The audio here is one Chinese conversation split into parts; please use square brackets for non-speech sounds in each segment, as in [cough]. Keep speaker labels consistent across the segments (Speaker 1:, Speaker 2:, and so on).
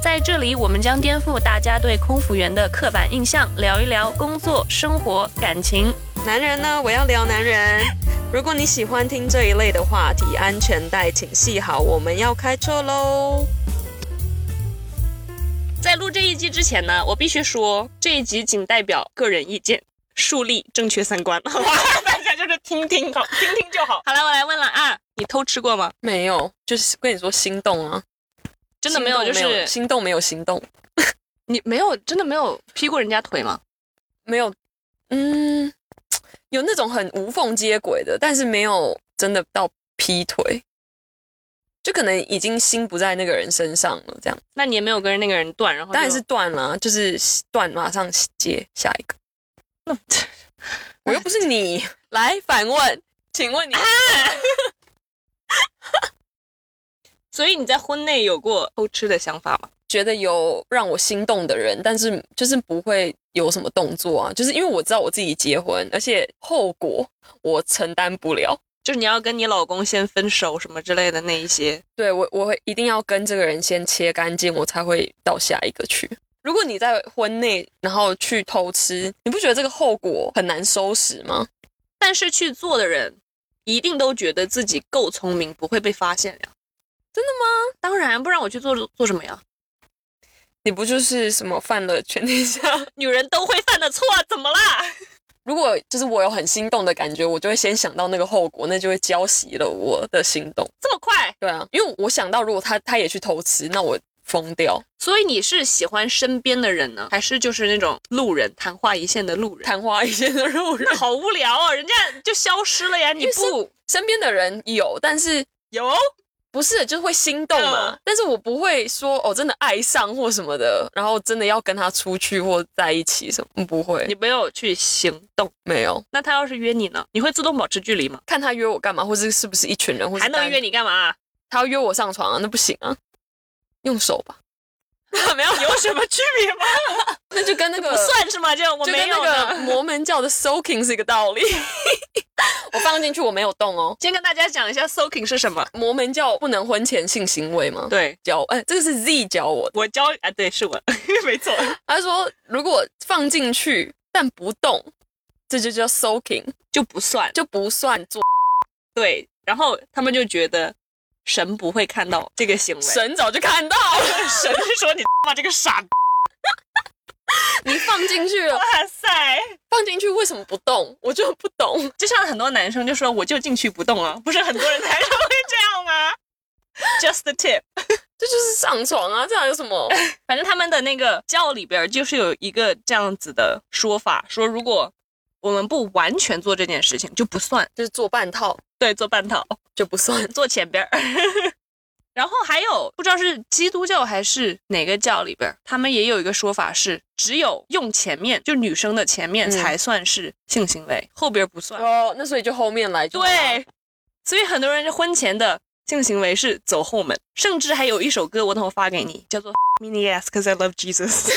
Speaker 1: 在这里，我们将颠覆大家对空服员的刻板印象，聊一聊工作、生活、感情。
Speaker 2: 男人呢？我要聊男人。如果你喜欢听这一类的话题，安全带请系好，我们要开车喽。
Speaker 1: 在录这一集之前呢，我必须说，这一集仅代表个人意见，树立正确三 [laughs] 观。大家就是听听好，听听就好。好了，我来问了啊，你偷吃过吗？
Speaker 2: 没有，就是跟你说心动啊，
Speaker 1: 真的没有，就是
Speaker 2: 心动没有心动，
Speaker 1: [laughs] 你没有，真的没有劈过人家腿吗？
Speaker 2: 没有，嗯，有那种很无缝接轨的，但是没有真的到劈腿，就可能已经心不在那个人身上了，这样
Speaker 1: 那你也没有跟那个人断，然后就
Speaker 2: 当然是断了啊、就是断马上接下一个。我又不是你， [laughs] 来反问，请问你
Speaker 1: 所以你在婚内有过偷吃的想法吗？
Speaker 2: 觉得有让我心动的人，但是就是不会有什么动作啊，就是因为我知道我自己结婚，而且后果我承担不了。
Speaker 1: 就是你要跟你老公先分手什么之类的那一些。
Speaker 2: 对我，我会一定要跟这个人先切干净，我才会到下一个去。如果你在婚内，然后去偷吃，你不觉得这个后果很难收拾吗？
Speaker 1: 但是去做的人一定都觉得自己够聪明，不会被发现呀。
Speaker 2: 真
Speaker 1: 的吗？当然，不然我去做做什么呀？
Speaker 2: 你不就是什么犯了全天 [laughs] 下？
Speaker 1: 女人都会犯的错，怎么啦？
Speaker 2: 如果就是我有很心动的感觉，我就会先想到那个后果，那就会浇熄了我的心动。
Speaker 1: 这么快？
Speaker 2: 对啊，因为我想到如果他他也去偷吃，那我疯掉，
Speaker 1: 所以你是喜欢身边的人呢，还是就是那种路人昙花一现的路人？ [laughs]
Speaker 2: 昙花一现的路人。
Speaker 1: 好无聊哦，人家就消失了呀！你
Speaker 2: 为是
Speaker 1: 不
Speaker 2: 身边的人有，但是
Speaker 1: 有
Speaker 2: 不是就是会心动嘛？
Speaker 1: 嗯
Speaker 2: 但是我不会说哦，真的爱上或什么的，然后真的要跟他出去或在一起什么，嗯不会
Speaker 1: 你，没有去行动，
Speaker 2: 没有。
Speaker 1: 那他要是约你呢，你会自动保持距离吗？
Speaker 2: 看他约我干嘛，或者是不是一群人，或者
Speaker 1: 还能约
Speaker 2: 你？
Speaker 1: 你干嘛、啊
Speaker 2: 他要约我上床啊，那不行啊，用手吧，
Speaker 1: [laughs] 没有，有什么区别 [laughs] 吗？
Speaker 2: 那就跟那个
Speaker 1: 算是吗？就我
Speaker 2: 就
Speaker 1: 没
Speaker 2: 跟
Speaker 1: 有
Speaker 2: 那个
Speaker 1: 呢。
Speaker 2: [laughs] 摩门教的 soaking 是一个道理。 [laughs] 我放进去，我没有动哦。
Speaker 1: 先跟大家讲一下 soaking 是什么。
Speaker 2: 摩门教不能婚前性行为吗？
Speaker 1: 对
Speaker 2: 教哎，这个是 Z 教我的。
Speaker 1: 我教啊，对，是我， [laughs] 没错。
Speaker 2: 他说，如果放进去但不动，这就叫 soaking，
Speaker 1: 就不算
Speaker 2: 就不算做。
Speaker 1: 对。然后他们就觉得神不会看到这个行为，
Speaker 2: 神早就看到了，
Speaker 1: 神是说你妈这个傻逼，
Speaker 2: [laughs] 你放进去了，
Speaker 1: 哇塞！
Speaker 2: 放进去为什么不动？我就不懂。
Speaker 1: 就像很多男生就说我就进去不动啊，不是很多人才会这样吗？Just the tip。
Speaker 2: 这就是上床啊，这样有什 [laughs] 么？
Speaker 1: 反正他们的那个教里边儿就是有一个这样子的说法，说如果我们不完全做这件事情就不算，
Speaker 2: 就是做半套
Speaker 1: 对，做半套，
Speaker 2: 就不算。
Speaker 1: 做前边儿。 [laughs] 然后还有不知道是基督教还是哪个教里边儿，他们也有一个说法是，只有用前面，就女生的前面
Speaker 2: 嗯
Speaker 1: 才算是性行为，后边儿不算。
Speaker 2: 哦，那所以就后面来就好了
Speaker 1: 对，所以很多人婚前的性行为是走后门，甚至还有一首歌，我等会发给你，叫做《Mini [laughs] Yes Cause I Love [laughs] Jesus》。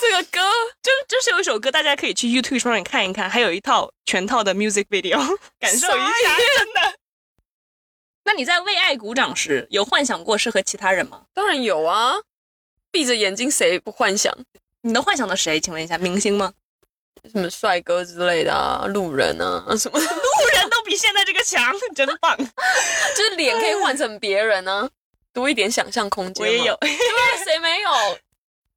Speaker 2: 这个歌
Speaker 1: 就就是有一首歌，大家可以去 YouTube 上面看一看，还有一套全套的 music video，感 [laughs] 受一下
Speaker 2: 傻。
Speaker 1: 真的。 [laughs] 那你在为爱鼓掌时，有幻想过是和其他人吗？
Speaker 2: 当然有啊，闭着眼睛谁不幻想
Speaker 1: 你能幻想到谁？请问一下，明星吗？
Speaker 2: 什么帅哥之类的啊，路人啊 [laughs] 什么的，
Speaker 1: 呃路人都比现在这个强， [laughs] 真棒！
Speaker 2: 就是脸可以换成别人啊，多一点想象空间。
Speaker 1: 我也有，，
Speaker 2: 谁没有？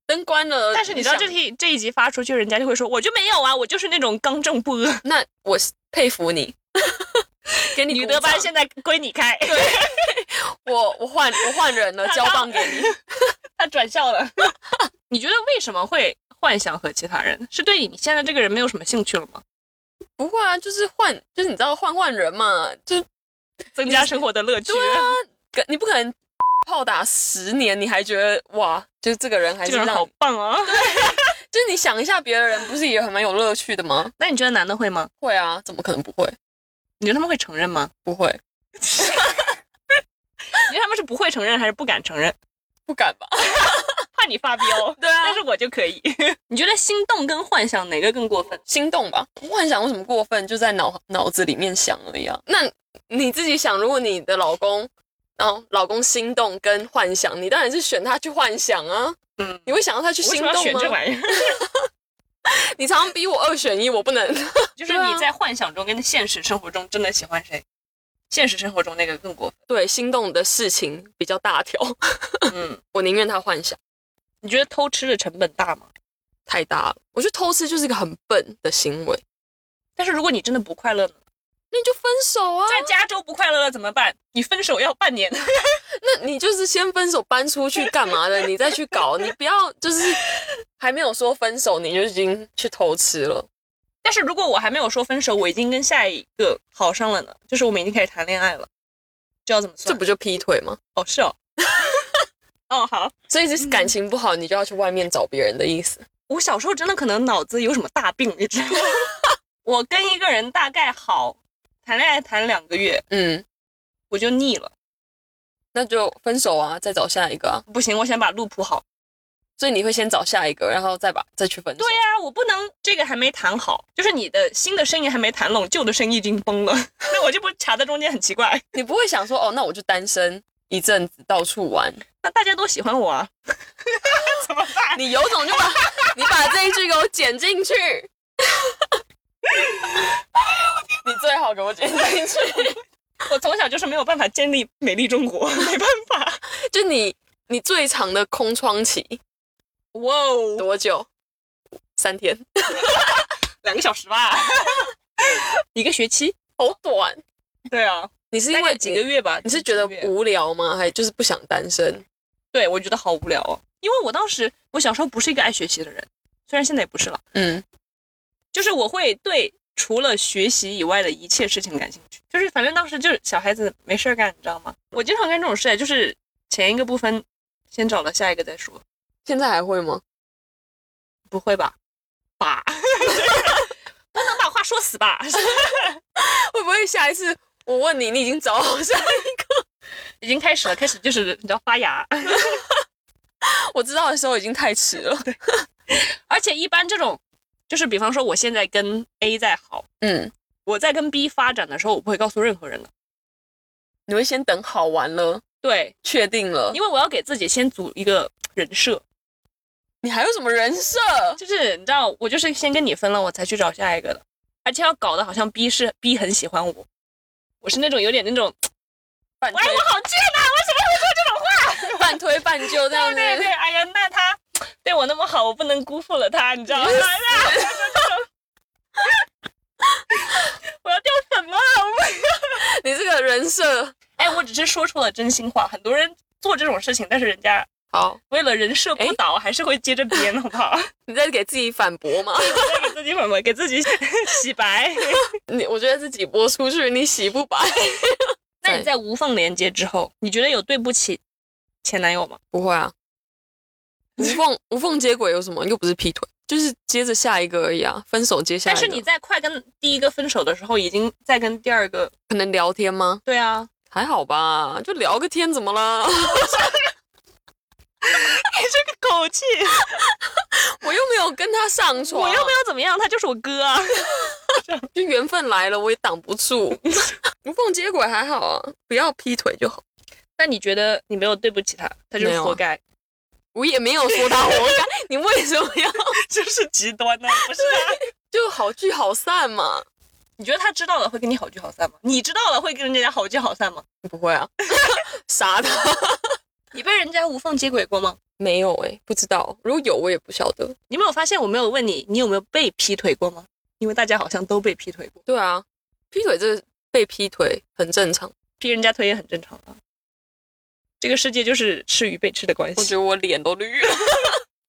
Speaker 2: 灯关了，
Speaker 1: 但是你知道这
Speaker 2: 想
Speaker 1: 题这一集发出去，人家就会说我就没有啊，我就是那种刚正不阿。
Speaker 2: 那我佩服你， [laughs] 给你
Speaker 1: 女
Speaker 2: 鼓
Speaker 1: 德班
Speaker 2: 掌
Speaker 1: 现在归你开，
Speaker 2: 我我换我换人了，交棒给你。 [laughs]
Speaker 1: 他转校了。 [laughs] 你觉得为什么会幻想和其他人？是对你现在这个人没有什么兴趣了吗？
Speaker 2: 不会啊，就是换，就是你知道换换人嘛，就
Speaker 1: 增加生活的乐趣？
Speaker 2: 对啊，跟你不可能 [laughs] 炮打十年，你还觉得哇，就是这个人还
Speaker 1: 这
Speaker 2: 是
Speaker 1: 个人
Speaker 2: 让
Speaker 1: 好棒啊！
Speaker 2: 就就是你想一下别的人，不是也很蛮有乐趣的吗？
Speaker 1: [laughs] 那你觉得男的会吗？
Speaker 2: 会啊，怎么可能不会？
Speaker 1: 你觉得他们会承认吗？
Speaker 2: 不会，
Speaker 1: 你觉得他们是不会承认还是不敢承认？
Speaker 2: 不敢吧？
Speaker 1: [laughs] 怕你 [laughs] 发飙。
Speaker 2: 对啊
Speaker 1: 但是我就可以。 [laughs] 你觉得心动跟幻想哪个更过分？
Speaker 2: 心动吧？幻想为什么过分？就在脑脑子里面想而已啊。那你自己想，如果你的老公，哦，老公心动跟幻想，你当然是选他去幻想啊。
Speaker 1: 嗯，
Speaker 2: 你会想要他去
Speaker 1: 为
Speaker 2: 心
Speaker 1: 什么要
Speaker 2: 动
Speaker 1: 选这
Speaker 2: 吗？
Speaker 1: 玩意儿？
Speaker 2: 你常常逼我二选一，我不能。
Speaker 1: 就是
Speaker 2: 对啊
Speaker 1: 你在幻想中跟现实生活中真的喜欢谁？现实生活中那个更过
Speaker 2: 对，心动的事情比较大条， [laughs]
Speaker 1: 分。嗯，
Speaker 2: 我宁愿他幻想
Speaker 1: 你觉得偷吃的成本大吗？
Speaker 2: 太大了。我觉得偷吃就是一个很笨的行为，
Speaker 1: 但是如果你真的不快乐呢？
Speaker 2: 那你就分手啊。
Speaker 1: 在加州不快乐了怎么办？你分手要半年。 [laughs]
Speaker 2: 那你就是先分手搬出去干嘛的？你再去搞，你不要就是还没有说分手，你就已经去偷吃了。
Speaker 1: 但是如果我还没有说分手，我已经跟下一个好上了呢，就是我们已经开始谈恋爱了，这要怎么
Speaker 2: 这
Speaker 1: 算？
Speaker 2: 不就劈腿吗？
Speaker 1: 哦
Speaker 2: [laughs]
Speaker 1: 是哦，哦好，
Speaker 2: 所以就是感情不好，你就要去外面找别人的意思。
Speaker 1: 我小时候真的可能脑子有什么大病，你知道吗？ [laughs] 我跟一个人大概好谈恋爱谈两个月，
Speaker 2: 嗯，
Speaker 1: 我就腻了，
Speaker 2: 那就分手啊，再找下一个啊。
Speaker 1: 不行，我想把路铺好。
Speaker 2: 所以你会先找下一个，然后再把再去分手。
Speaker 1: 对呀、我不能这个还没谈好，就是你的新的生意还没谈拢，旧的生意已经崩了， [laughs] 那我这不卡在中间很奇怪。
Speaker 2: 你不会想说哦，那我就单身一阵子到处玩。
Speaker 1: 那大家都喜欢我啊，怎么办？
Speaker 2: 你有种就把你把这一句给我剪进去。 [laughs] 你最好给我剪进去，
Speaker 1: 我从小就是没有办法建立美丽中国， [laughs] 没办法。
Speaker 2: 就你你最长的空窗期
Speaker 1: 哇哦，
Speaker 2: 多久？三天，
Speaker 1: 两个小时吧， [laughs] 一个学期。
Speaker 2: 好短。
Speaker 1: 对啊，
Speaker 2: 你是
Speaker 1: 大
Speaker 2: 因
Speaker 1: 概
Speaker 2: 为
Speaker 1: 几个月吧。
Speaker 2: 你是觉得
Speaker 1: 几个月
Speaker 2: 无聊吗？还就是不想单身？
Speaker 1: 对我觉得好无聊哦，因为我当时我小时候不是一个爱学习的人，虽然现在也不是了，
Speaker 2: 嗯，
Speaker 1: 就是我会对除了学习以外的一切事情感兴趣。就是反正当时就是小孩子没事儿干，你知道吗？我经常干这种事，就是前一个部分先找了下一个再说，
Speaker 2: 现在还会吗？
Speaker 1: 不会吧？吧， [laughs] 不能把话说死吧？
Speaker 2: [laughs]
Speaker 1: [laughs]
Speaker 2: 会不会下一次我问你，你已经找好下一个？
Speaker 1: 已经开始了，开始就是你知道发芽。
Speaker 2: [laughs] 我知道的时候已经太迟了。
Speaker 1: 而且一般这种，就是比方说我现在跟 A 在好，
Speaker 2: [laughs] 嗯，
Speaker 1: 我在跟 B 发展的时候，我不会告诉任何人的。
Speaker 2: 你会先等好玩了，
Speaker 1: 对，
Speaker 2: 确定了，
Speaker 1: 因为我要给自己先组一个人设，
Speaker 2: 你还有什么人设？
Speaker 1: 就是你知道，我就是先跟你分了，我才去找下一个的，而且要搞得好像 B 是 B 很喜欢我，我是那种有点那种，
Speaker 2: 半
Speaker 1: 哎，我好贱呐、为什么会说这种话？
Speaker 2: [laughs] 半推半就这样 [laughs]
Speaker 1: 对
Speaker 2: 子。
Speaker 1: 对对，哎呀，那他对我那么好，我不能辜负了他，你知 [laughs] 道吗？
Speaker 2: 你去
Speaker 1: 哎呀就这种 [laughs] 我要掉粉了，我不
Speaker 2: 你这个人设
Speaker 1: 哎，我只是说出了真心话。很多人做这种事情，但是人家
Speaker 2: 好，
Speaker 1: 为了人设不倒，还是会接着编，好不好？
Speaker 2: 你在给自己反驳 [laughs] 吗？
Speaker 1: [laughs] 再给自己反驳，给自己洗白。
Speaker 2: 你我觉得这几播出去，你洗不白。
Speaker 1: 那你在无缝连接之后，你觉得有对不起前男友吗？
Speaker 2: 不会
Speaker 1: [laughs]
Speaker 2: 啊，无缝无缝接轨有什么？又不是劈腿，就是接着下一个而已啊，分手接下一
Speaker 1: 但
Speaker 2: 个。
Speaker 1: 是你在快跟第一个分手的时候，已经在跟第二个，
Speaker 2: 可能聊天吗？
Speaker 1: 对 [laughs] 啊，
Speaker 2: 还好吧，就聊个天，怎么了？ [laughs]
Speaker 1: 你哎这个口气，
Speaker 2: 我又没有跟他上床，
Speaker 1: [laughs] 我又没有怎么样，他就是我哥啊。
Speaker 2: 就缘分来了，我也挡不
Speaker 1: [laughs]
Speaker 2: 住。无缝接轨还好啊，不要劈腿就好。
Speaker 1: 那你觉得你没有对不起他，他就
Speaker 2: 没
Speaker 1: 是
Speaker 2: 有啊
Speaker 1: 活该，
Speaker 2: 我也没有说他活该， [laughs] 你为什么要？
Speaker 1: [laughs]
Speaker 2: [laughs]
Speaker 1: 就是极端的，不是啊他。
Speaker 2: 就好聚好散嘛。
Speaker 1: [laughs] 你觉得他知道了会跟你好聚好散吗？你知道了会跟人家好聚好散吗？
Speaker 2: 不会啊，傻的。
Speaker 1: 你被人家无缝接轨过吗？
Speaker 2: 没有哎、不知道。如果有，我也不晓得。
Speaker 1: 你没有发现我没有问你，你有没有被劈腿过吗？因为大家好像都被劈腿过，
Speaker 2: 对啊，劈腿这被劈腿很正常。
Speaker 1: 劈人家腿也很正常啊。这个世界就是吃鱼被吃的关
Speaker 2: 我觉
Speaker 1: 系。
Speaker 2: 得我脸都绿了。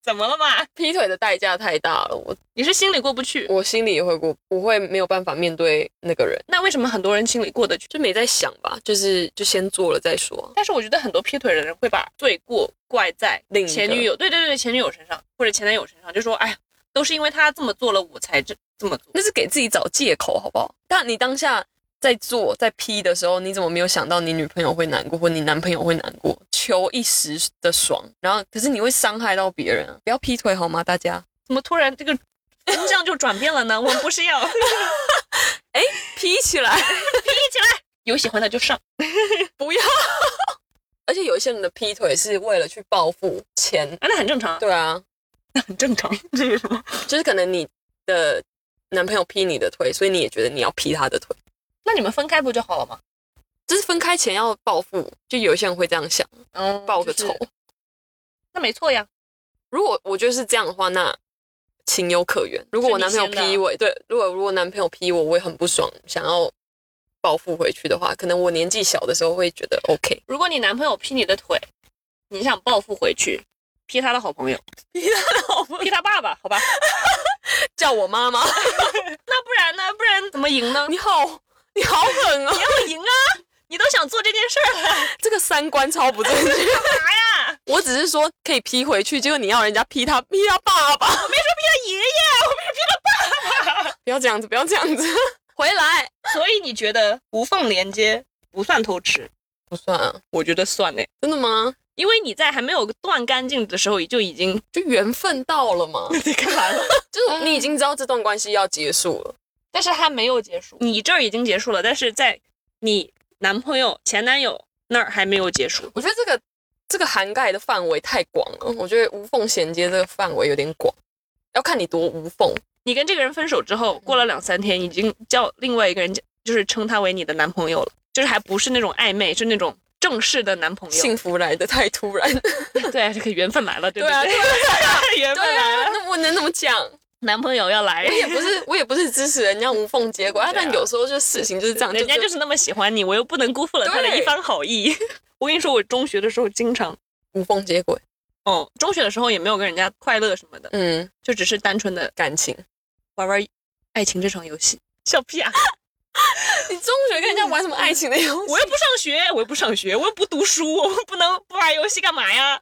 Speaker 1: 怎么了嘛？
Speaker 2: 劈腿的代价太大了，我
Speaker 1: 你是心里过不去，
Speaker 2: 我心里也会过，我会没有办法面对那个人，
Speaker 1: 那为什么很多人心里过得去？
Speaker 2: 就没在想吧，就是就先做了再说。
Speaker 1: 但是我觉得很多劈腿的人会把罪过怪在
Speaker 2: 另一个
Speaker 1: 前女友，对对对，前女友身上或者前男友身上，就说哎呀，都是因为他这么做了，我才这这么做。
Speaker 2: 那是给自己找借口，好不好？但你当下在做在批的时候，你怎么没有想到你女朋友会难过，或你男朋友会难过？求一时的爽，然后可是你会伤害到别人啊！不要劈腿好吗，大家？
Speaker 1: 怎么突然这个风向就转变了呢？我们不是
Speaker 2: [laughs]
Speaker 1: 要一
Speaker 2: 劈起来，
Speaker 1: 起来，有喜欢的就上。
Speaker 2: 不要！ [laughs] 而且有一些人的劈腿是为了去报复钱，
Speaker 1: 啊，那很正常，
Speaker 2: 对啊，
Speaker 1: 很
Speaker 2: [laughs]
Speaker 1: 正常。这有什么？
Speaker 2: 就是可能你的男朋友劈你的腿，所以你也觉得你要劈他的腿，
Speaker 1: 那你们分开不就好了吗？
Speaker 2: 就是分开前要报复，就有一些人会这样想，
Speaker 1: 嗯，
Speaker 2: 报个仇。
Speaker 1: 那没错呀。
Speaker 2: 如果我觉得是这样的话，那情有可原。如果我男朋友
Speaker 1: 是你
Speaker 2: 劈
Speaker 1: 先的
Speaker 2: 我，对，如果如果男朋友劈我，我也很不爽，想要报复回去的话，可能我年纪小的时候会觉得 OK，
Speaker 1: 如果你男朋友劈你的腿，你想报复回去，劈他的好朋友，劈他爸爸，好吧？
Speaker 2: [laughs] 叫我妈妈，
Speaker 1: 那不然呢？不然怎么赢呢？
Speaker 2: [laughs]
Speaker 1: 你
Speaker 2: 你好，你好狠哦，
Speaker 1: 要赢啊！你都想做这件事儿了，
Speaker 2: [laughs] 这个三观超不正确。
Speaker 1: 干嘛呀？
Speaker 2: [laughs] 我只是说可以劈回去，结果你要人家劈他，劈他爸爸，
Speaker 1: 我没说劈他爷爷，我没说劈
Speaker 2: 不要这样子，不要这样 [laughs] 子，回来
Speaker 1: 他。所以你觉得无缝连接不算偷吃？
Speaker 2: 不算啊，
Speaker 1: 我觉得算欸嘞，
Speaker 2: 真的吗？
Speaker 1: 因为你在还没有断干净的时候，就已 [laughs] 经
Speaker 2: 就缘分到了 [laughs] 嘛，
Speaker 1: 你干嘛了？
Speaker 2: 就是你已经知道这段关系要结束了，
Speaker 1: 但是还没有结束，你这儿已经结束了，但是在你男朋友、前男友那儿还没有结束。
Speaker 2: 我觉得这个这个涵盖的范围太广了，我觉得无缝衔接这个范围有点广，要看你多无缝。
Speaker 1: 你跟这个人分手之后，过了
Speaker 2: 嗯
Speaker 1: 两三天，已经叫另外一个人叫，就是称他为你的男朋友了，就是还不是那种暧昧，是那种正式的男朋友。
Speaker 2: 幸福来的太突然，
Speaker 1: 对，啊这个缘分来了，对不
Speaker 2: 对啊
Speaker 1: 对？ [laughs] 缘
Speaker 2: [laughs] 对
Speaker 1: 分来了，
Speaker 2: 啊，那我能怎么讲？
Speaker 1: 男朋友要来
Speaker 2: [laughs] 我，也不是，我也不是支持人家无缝接轨，啊、
Speaker 1: 对啊
Speaker 2: 但有时候就事情就是这样，
Speaker 1: 人家就是是那么喜欢你，我又不能辜负了他的
Speaker 2: 对
Speaker 1: 一番好意。 [laughs] 我跟你说，我中学的时候经常，
Speaker 2: 无缝接轨。
Speaker 1: 哦，中学的时候也没有跟人家快乐什么的，
Speaker 2: 嗯，
Speaker 1: 就只是单纯的
Speaker 2: 感情，
Speaker 1: 玩玩爱情这场游戏。笑屁
Speaker 2: [laughs]
Speaker 1: 啊！
Speaker 2: 你中学跟人家玩什么爱情的游戏？
Speaker 1: 我又不上学，我又不上学，我又不读书，我又不能不玩游戏干嘛呀？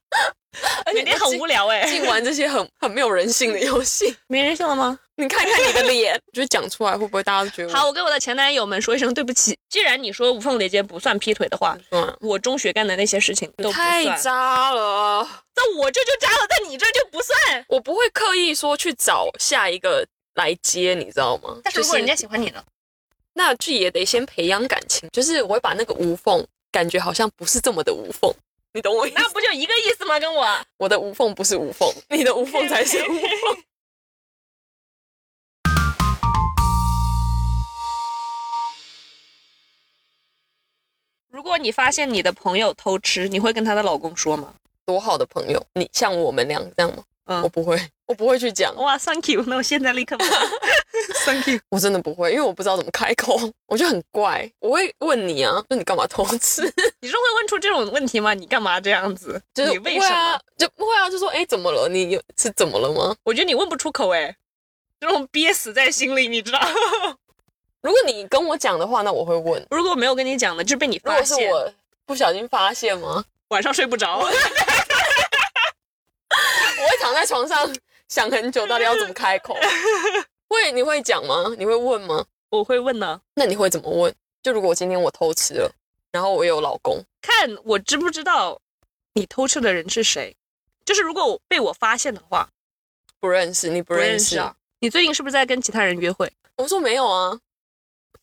Speaker 1: 每天很无聊哎、
Speaker 2: [laughs] 净玩这些很很没有人性的游戏。
Speaker 1: 没人性了吗？
Speaker 2: 你看看你的 [laughs] 脸，就讲出来会不会大家都觉得我
Speaker 1: 好，我跟我的前男友们说一声对不起。既然你说无缝连接不算劈腿的话，
Speaker 2: 嗯
Speaker 1: 我中学干的那些事情都不
Speaker 2: 太
Speaker 1: 算，
Speaker 2: 渣了？
Speaker 1: 那我这就渣了，但你这就不算。
Speaker 2: 我不会刻意说去找下一个来接，你知道吗？就
Speaker 1: 喜欢你呢？
Speaker 2: 那这也得先培养感情，就是我会把那个无缝感觉好像不是这么的无缝，你懂我意思？
Speaker 1: 那不就一个意思吗？跟我
Speaker 2: 我的无缝不是无
Speaker 1: [laughs]
Speaker 2: 缝，你的无缝才是无缝。
Speaker 1: 如果你发现你的朋友偷吃，你会跟她的老公说吗？
Speaker 2: 多好的朋友，你像我们俩这样吗？
Speaker 1: 嗯
Speaker 2: 我不会，我不会去讲，
Speaker 1: 哇，thank you，那我现在立 [laughs] 刻 thank you。
Speaker 2: 我真的不会，因为我不知道怎么开口，我就很怪。我会问你啊，那你干嘛偷吃？ [laughs]
Speaker 1: 你是会问出这种问题吗？你干嘛这样子？
Speaker 2: 就是
Speaker 1: 你为
Speaker 2: 不
Speaker 1: 什
Speaker 2: 会
Speaker 1: 么？
Speaker 2: 啊，就不会啊，就说哎、怎么了？你有是怎么了吗？
Speaker 1: 我觉得你问不出口哎，这种憋死在心里，你知道？
Speaker 2: 如果你跟我讲的话，那我会问。
Speaker 1: [laughs] 如果没有跟你讲的，就被你
Speaker 2: 如
Speaker 1: 发
Speaker 2: 果是
Speaker 1: 现，
Speaker 2: 我不小心发现吗？ [laughs]
Speaker 1: 晚上睡不着。
Speaker 2: 我会躺在床上想很久，到底要怎么开
Speaker 1: [laughs]
Speaker 2: 口？会，你会讲吗？你会问吗？
Speaker 1: 我会问呢，
Speaker 2: 那你会怎么问？就如果今天我偷吃了，然后我有老公，
Speaker 1: 看我知不知道你偷吃的人是谁。就是如果我被我发现的话，
Speaker 2: 不认识你不
Speaker 1: 不认
Speaker 2: 认识
Speaker 1: 识啊。你最近是不是在跟其他人约会？
Speaker 2: 我说没有啊，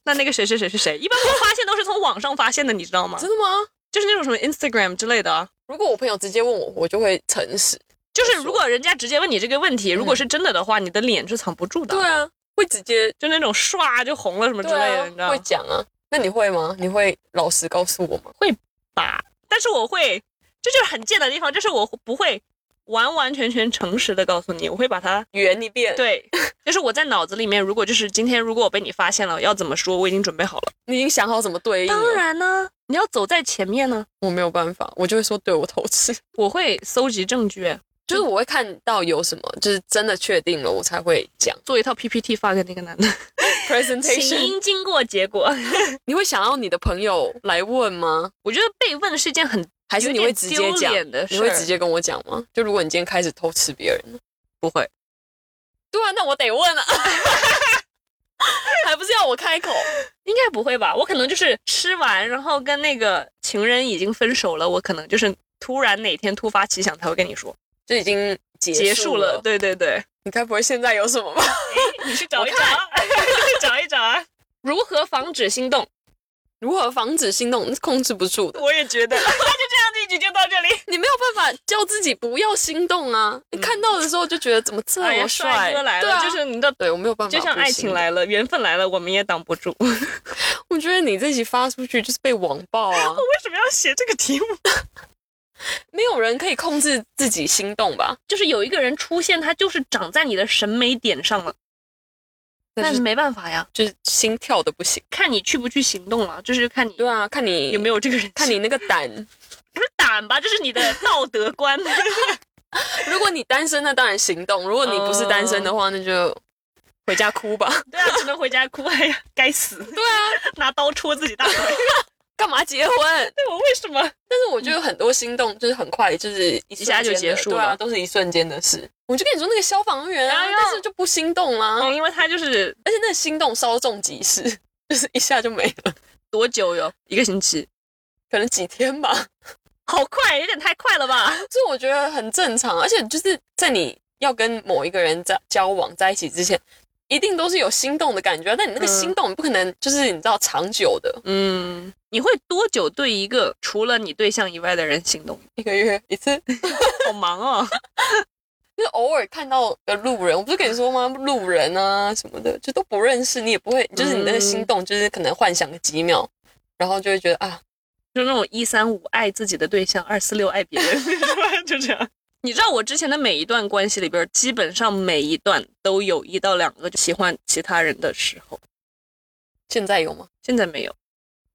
Speaker 1: 那那个谁谁谁是谁？一般我发现都是从网上发现的，你知道吗？
Speaker 2: 真的吗？
Speaker 1: 就是那种什么 Instagram 之类的啊。
Speaker 2: 如果我朋友直接问我，我就会诚实。
Speaker 1: 就是如果人家直接问你这个问题，如果是真的的话，你的脸是藏不住的，
Speaker 2: 嗯对，啊，会直接
Speaker 1: 就那种唰就红了什么之
Speaker 2: 对
Speaker 1: 类的，
Speaker 2: 啊
Speaker 1: 你知，道
Speaker 2: 会
Speaker 1: 吗？
Speaker 2: 讲啊。那你会吗？你会老实告诉我吗？
Speaker 1: 吧。但是我会，这就是很贱的地方，就是我不会完完全全诚实的告诉你，我会把它
Speaker 2: 圆一遍，
Speaker 1: 对， [laughs] 就是我在脑子里面，如果就是今天如果我被你发现了，要怎么说，我已经准备好了。
Speaker 2: 你已经想好怎么对应了。
Speaker 1: 当，然呢，你要走在前面呢，
Speaker 2: 我没有办法，我就会说对我偷吃。
Speaker 1: 我会搜集证据，
Speaker 2: 就是我会看到有什么，就是真的确定了，我才会讲
Speaker 1: 做一套 PPT 发给那个男 [laughs] 的，
Speaker 2: [laughs] presentation。
Speaker 1: 经过结果。
Speaker 2: 你会想要你的朋友来问吗？
Speaker 1: [laughs] 我觉得被问是一件很
Speaker 2: 还是你会直接
Speaker 1: 有点
Speaker 2: 讲
Speaker 1: 丢脸的？事
Speaker 2: 你
Speaker 1: 儿
Speaker 2: 会直接跟我讲吗？就如果你今天开始偷吃别人，
Speaker 1: 不会，
Speaker 2: 对啊，那我得问啊， [laughs] 还不是要我开口？
Speaker 1: 应该不会吧？我可能就是吃完，然后跟那个情人已经分手了，我可能就是突然哪天突发奇想才会跟你说
Speaker 2: 就已经结
Speaker 1: 结
Speaker 2: 束
Speaker 1: 束了。对对对，
Speaker 2: 你该不会现在有什么吧？
Speaker 1: 你去找一找啊，去 [laughs] 找一找啊。 [laughs] 如何防止心动？
Speaker 2: [laughs] 如何防止心动？是控制不住 [laughs] 的，
Speaker 1: 我也觉 [laughs] 得，那就这样，这一集就到这里。
Speaker 2: 你没有办法叫自己不要心动啊！你看到的时候就觉得怎么这
Speaker 1: 哎呀，
Speaker 2: 么帅，
Speaker 1: 帅哥来
Speaker 2: 对
Speaker 1: 了，
Speaker 2: 啊，
Speaker 1: 就是你的，
Speaker 2: 对我没有办法，
Speaker 1: 就像爱情。来了，缘分来了，我们也挡不住。为
Speaker 2: 我觉得你这集发出去就是被网暴
Speaker 1: [laughs]
Speaker 2: 啊！
Speaker 1: 什么要写这个题目？
Speaker 2: 没有人可以控制自己心动吧？
Speaker 1: 就是有一个人出现，他就是长在你的审美点上了，
Speaker 2: 但
Speaker 1: 但
Speaker 2: 是
Speaker 1: 是没办法呀，
Speaker 2: 就是心跳的不行。
Speaker 1: 看你去不去行动了，就是看你
Speaker 2: 对啊，看你
Speaker 1: 有没有这个人性，
Speaker 2: 看你那个胆。
Speaker 1: 不是胆吧，就是你的道德 [laughs] 观。
Speaker 2: 如果你单身，那当然行动；如果你不是单身的话，那就回家哭吧。
Speaker 1: 对啊，只能回家哭。哎呀，该死！
Speaker 2: [laughs] 对啊，
Speaker 1: 拿刀戳自己大腿。
Speaker 2: 干嘛结婚？ [laughs]
Speaker 1: 对我为什么？
Speaker 2: 但是我觉得很多心动就是很快，就是一
Speaker 1: [laughs] 一下就
Speaker 2: 瞬间的
Speaker 1: 结束
Speaker 2: 对啊，
Speaker 1: 了
Speaker 2: 都是一瞬间的事。我就跟你说那个消防员啊，
Speaker 1: 哎呦
Speaker 2: 但是就不心动啦、
Speaker 1: 嗯，因为他就是
Speaker 2: 而且那心动稍纵即逝， [laughs] 就是一下就没了，
Speaker 1: 多久哟？一个星期，
Speaker 2: 可能几天吧。
Speaker 1: 好快，有点太快了吧？
Speaker 2: 所以我觉得很正常，而且就是在你要跟某一个人在交往在一起之前，一定都是有心动的感觉啊，但你那个
Speaker 1: 嗯
Speaker 2: 心动，你不可能就是你知道长久的，
Speaker 1: 嗯，你会多久对一个除了你对象以外的人行动？
Speaker 2: 一个月一次，
Speaker 1: [laughs]
Speaker 2: [laughs]
Speaker 1: 好忙哦。
Speaker 2: 就是偶尔看到的路人，我不是跟你说吗？路人啊什么的，就都不认识，你也不会，就是你那个心动，就是可能幻想个几秒，然后就会觉得啊，
Speaker 1: 就那种一三五爱自己的对象，二四六爱别人， [laughs] 就这样。你知道我之前的每一段关系里边，基本上每一段都有一到两个就喜欢其他人的时候，
Speaker 2: 现在有吗？
Speaker 1: 现在没有，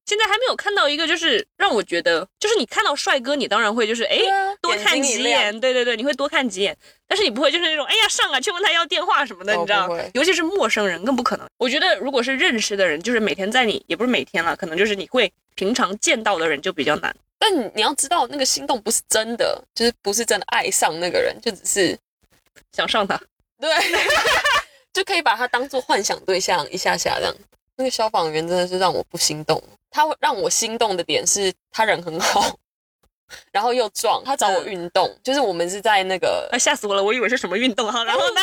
Speaker 1: 现在还没有看到一个就是让我觉得，就是你看到帅哥，你当然会就是哎、
Speaker 2: 对啊
Speaker 1: 多看
Speaker 2: 眼睛一
Speaker 1: 几
Speaker 2: 亮
Speaker 1: 眼，对对对，你会多看几眼，但是你不会就是那种哎呀上啊去问他要电话什么的，
Speaker 2: 哦
Speaker 1: 你知道
Speaker 2: 不会，
Speaker 1: 尤其是陌生人更不可能。我觉得如果是认识的人，就是每天在你也不是每天了，可能就是你会平常见到的人就比较难。
Speaker 2: 但你你要知道，那个心动不是真的，就是不是真的爱上那个人，就只是
Speaker 1: 想上他，
Speaker 2: 对， [laughs] 就可以把他当做幻想对象一下下这样。那个消防员真的是让我不心动，他会让我心动的点是他人很好， [laughs] 然后又壮，他
Speaker 1: 嗯
Speaker 2: 找我运动，就是我们是在那个
Speaker 1: 啊，吓死我了，我以为是什么运动啊哈。然后
Speaker 2: 哦
Speaker 1: 呢，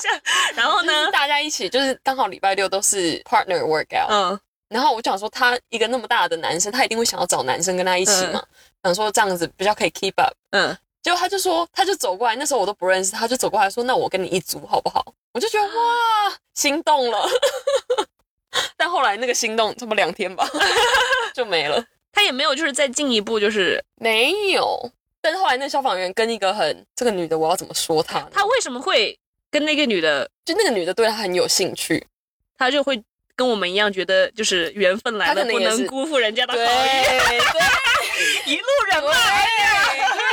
Speaker 1: 吓然后
Speaker 2: 就是
Speaker 1: 呢，
Speaker 2: 大家一起，就是刚好礼拜六都是 partner workout，、
Speaker 1: 嗯，
Speaker 2: 然后我就想说他一个那么大的男生，他一定会想要找男生跟他一起嘛，想说这样子比较可以 keep up，
Speaker 1: 嗯，
Speaker 2: 结果他就说，他就走过来，那时候我都不认识，他就走过来说：“那我跟你一组好不好？”我就觉得哇，心动了。 [laughs] 但后来那个心动差不多两天吧， [laughs] 就没了。
Speaker 1: 他也没有就是再进一步，就是
Speaker 2: 没有。但是后来那消防员跟一个很这个女的，我要怎么说她呢？
Speaker 1: 他为什么会跟那个女的，
Speaker 2: 就那个女的对他很有兴趣，
Speaker 1: 他就会跟我们一样觉得就是缘分来
Speaker 2: 他
Speaker 1: 了，
Speaker 2: 可能
Speaker 1: 不
Speaker 2: 也
Speaker 1: 能
Speaker 2: 是
Speaker 1: 辜负人家的
Speaker 2: 对
Speaker 1: 好意，
Speaker 2: 对
Speaker 1: 一路人嘛。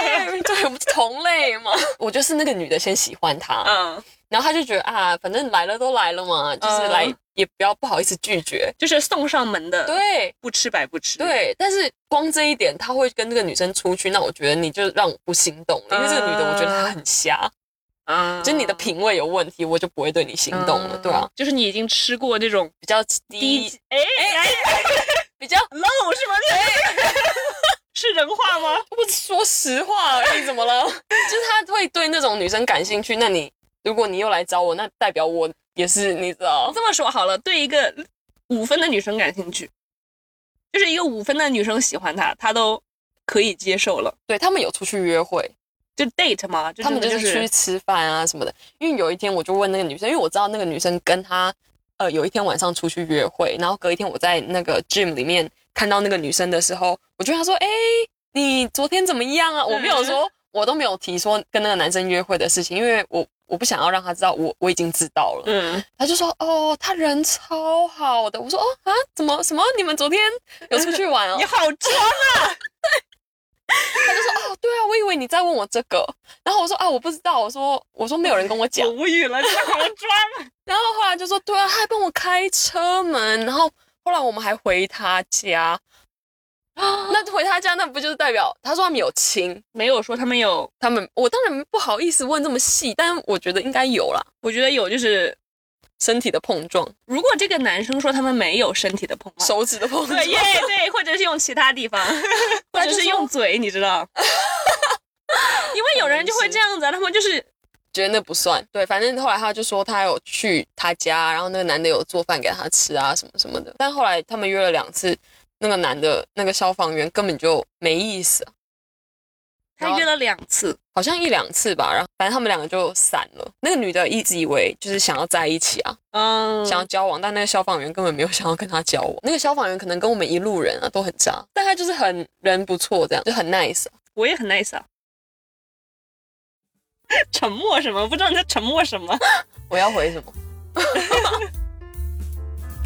Speaker 2: 对， [laughs] 对我们是同类嘛。我就是那个女的先喜欢他，
Speaker 1: 嗯，
Speaker 2: 然后他就觉得啊，反正来了都来了嘛，就是
Speaker 1: 嗯
Speaker 2: 来、也不要不好意思拒绝。
Speaker 1: 就是送上门的，
Speaker 2: 对，
Speaker 1: 不吃白不吃。，
Speaker 2: 对，但是光这一点，他会跟这个女生出去，那我觉得你就让我不心动了，因为这个女的我觉得她很瞎，
Speaker 1: 嗯，
Speaker 2: 嗯就是你的品味有问题，我就不会对你心动了，
Speaker 1: 嗯
Speaker 2: 对啊，，
Speaker 1: 就是你已经吃过那种
Speaker 2: 比较
Speaker 1: 低
Speaker 2: 低，，嗯
Speaker 1: 哎哎
Speaker 2: 比较
Speaker 1: ，low 是吗？
Speaker 2: [laughs]
Speaker 1: 是人话吗？
Speaker 2: 我说实话而已，怎么了？ [laughs] 就是他会对那种女生感兴趣，那你如果你又来找我，那代表我也是，你知道，
Speaker 1: 这么说好了，对一个五分的女生感兴趣，就是一个五分的女生喜欢他，他都可以接受了，
Speaker 2: 对他们有出去约会，
Speaker 1: 就 date 嘛，就
Speaker 2: 他们
Speaker 1: 真
Speaker 2: 就
Speaker 1: 的
Speaker 2: 是
Speaker 1: 是
Speaker 2: 出去吃饭啊什么的。因为有一天我就问那个女生，因为我知道那个女生跟她，呃，有一天晚上出去约会，然后隔一天我在那个 gym 里面看到那个女生的时候，我就跟她说：“哎、你昨天怎么样啊？”我没有说，我都没有提说跟那个男生约会的事情，因为我我不想要让她知道我我已经知道了。
Speaker 1: 嗯，
Speaker 2: 她就说：“哦，他人超好的。”我说：“哦啊，怎么什么？你们昨天有出去玩哦？” [laughs]
Speaker 1: 你好装啊，
Speaker 2: 他就说：“哦，对啊，我以为你在问我这个。”然后我说：“啊，我不知道。”我说：“我说没有人跟我讲
Speaker 1: 我。无语了，你好装。”
Speaker 2: 然后后来就说：“对啊，他还帮我开车门。”然后后来我们还回他家，那 [gasps] 回他家，那不就是代表他说他们有亲？
Speaker 1: 没有说他们有，
Speaker 2: 他们我当然不好意思问这么细，但我觉得应该有啦，
Speaker 1: 我觉得有就是，
Speaker 2: 身体的碰撞，
Speaker 1: 如果这个男生说他们没有身体的碰撞，
Speaker 2: 手指的碰撞
Speaker 1: 对，耶对，或者是用其他地
Speaker 3: [laughs]
Speaker 1: 方，或者是用嘴，你知道？因为有人就会这样子啊，他们
Speaker 3: [laughs]
Speaker 1: 就是
Speaker 2: 觉得那不算。对，反正后来他就说他有去他家，然后那个男的有做饭给他吃啊，什么什么的。但后来他们约了两次，那个男的那个消防员根本就没意思，
Speaker 1: 他约了两次，
Speaker 2: 好像一两次吧。然后反正他们两个就散了。那个女的一直以为就是想要在一起啊，
Speaker 1: 嗯，
Speaker 2: 想要交往，但那个消防员根本没有想要跟他交往。那个消防员可能跟我们一路人啊都很渣，但他就是很人不错，这样就很 nice。
Speaker 1: 我也很 nice 啊。沉默什么？不知道你在沉默什么。
Speaker 2: 我要回什么？
Speaker 3: [laughs]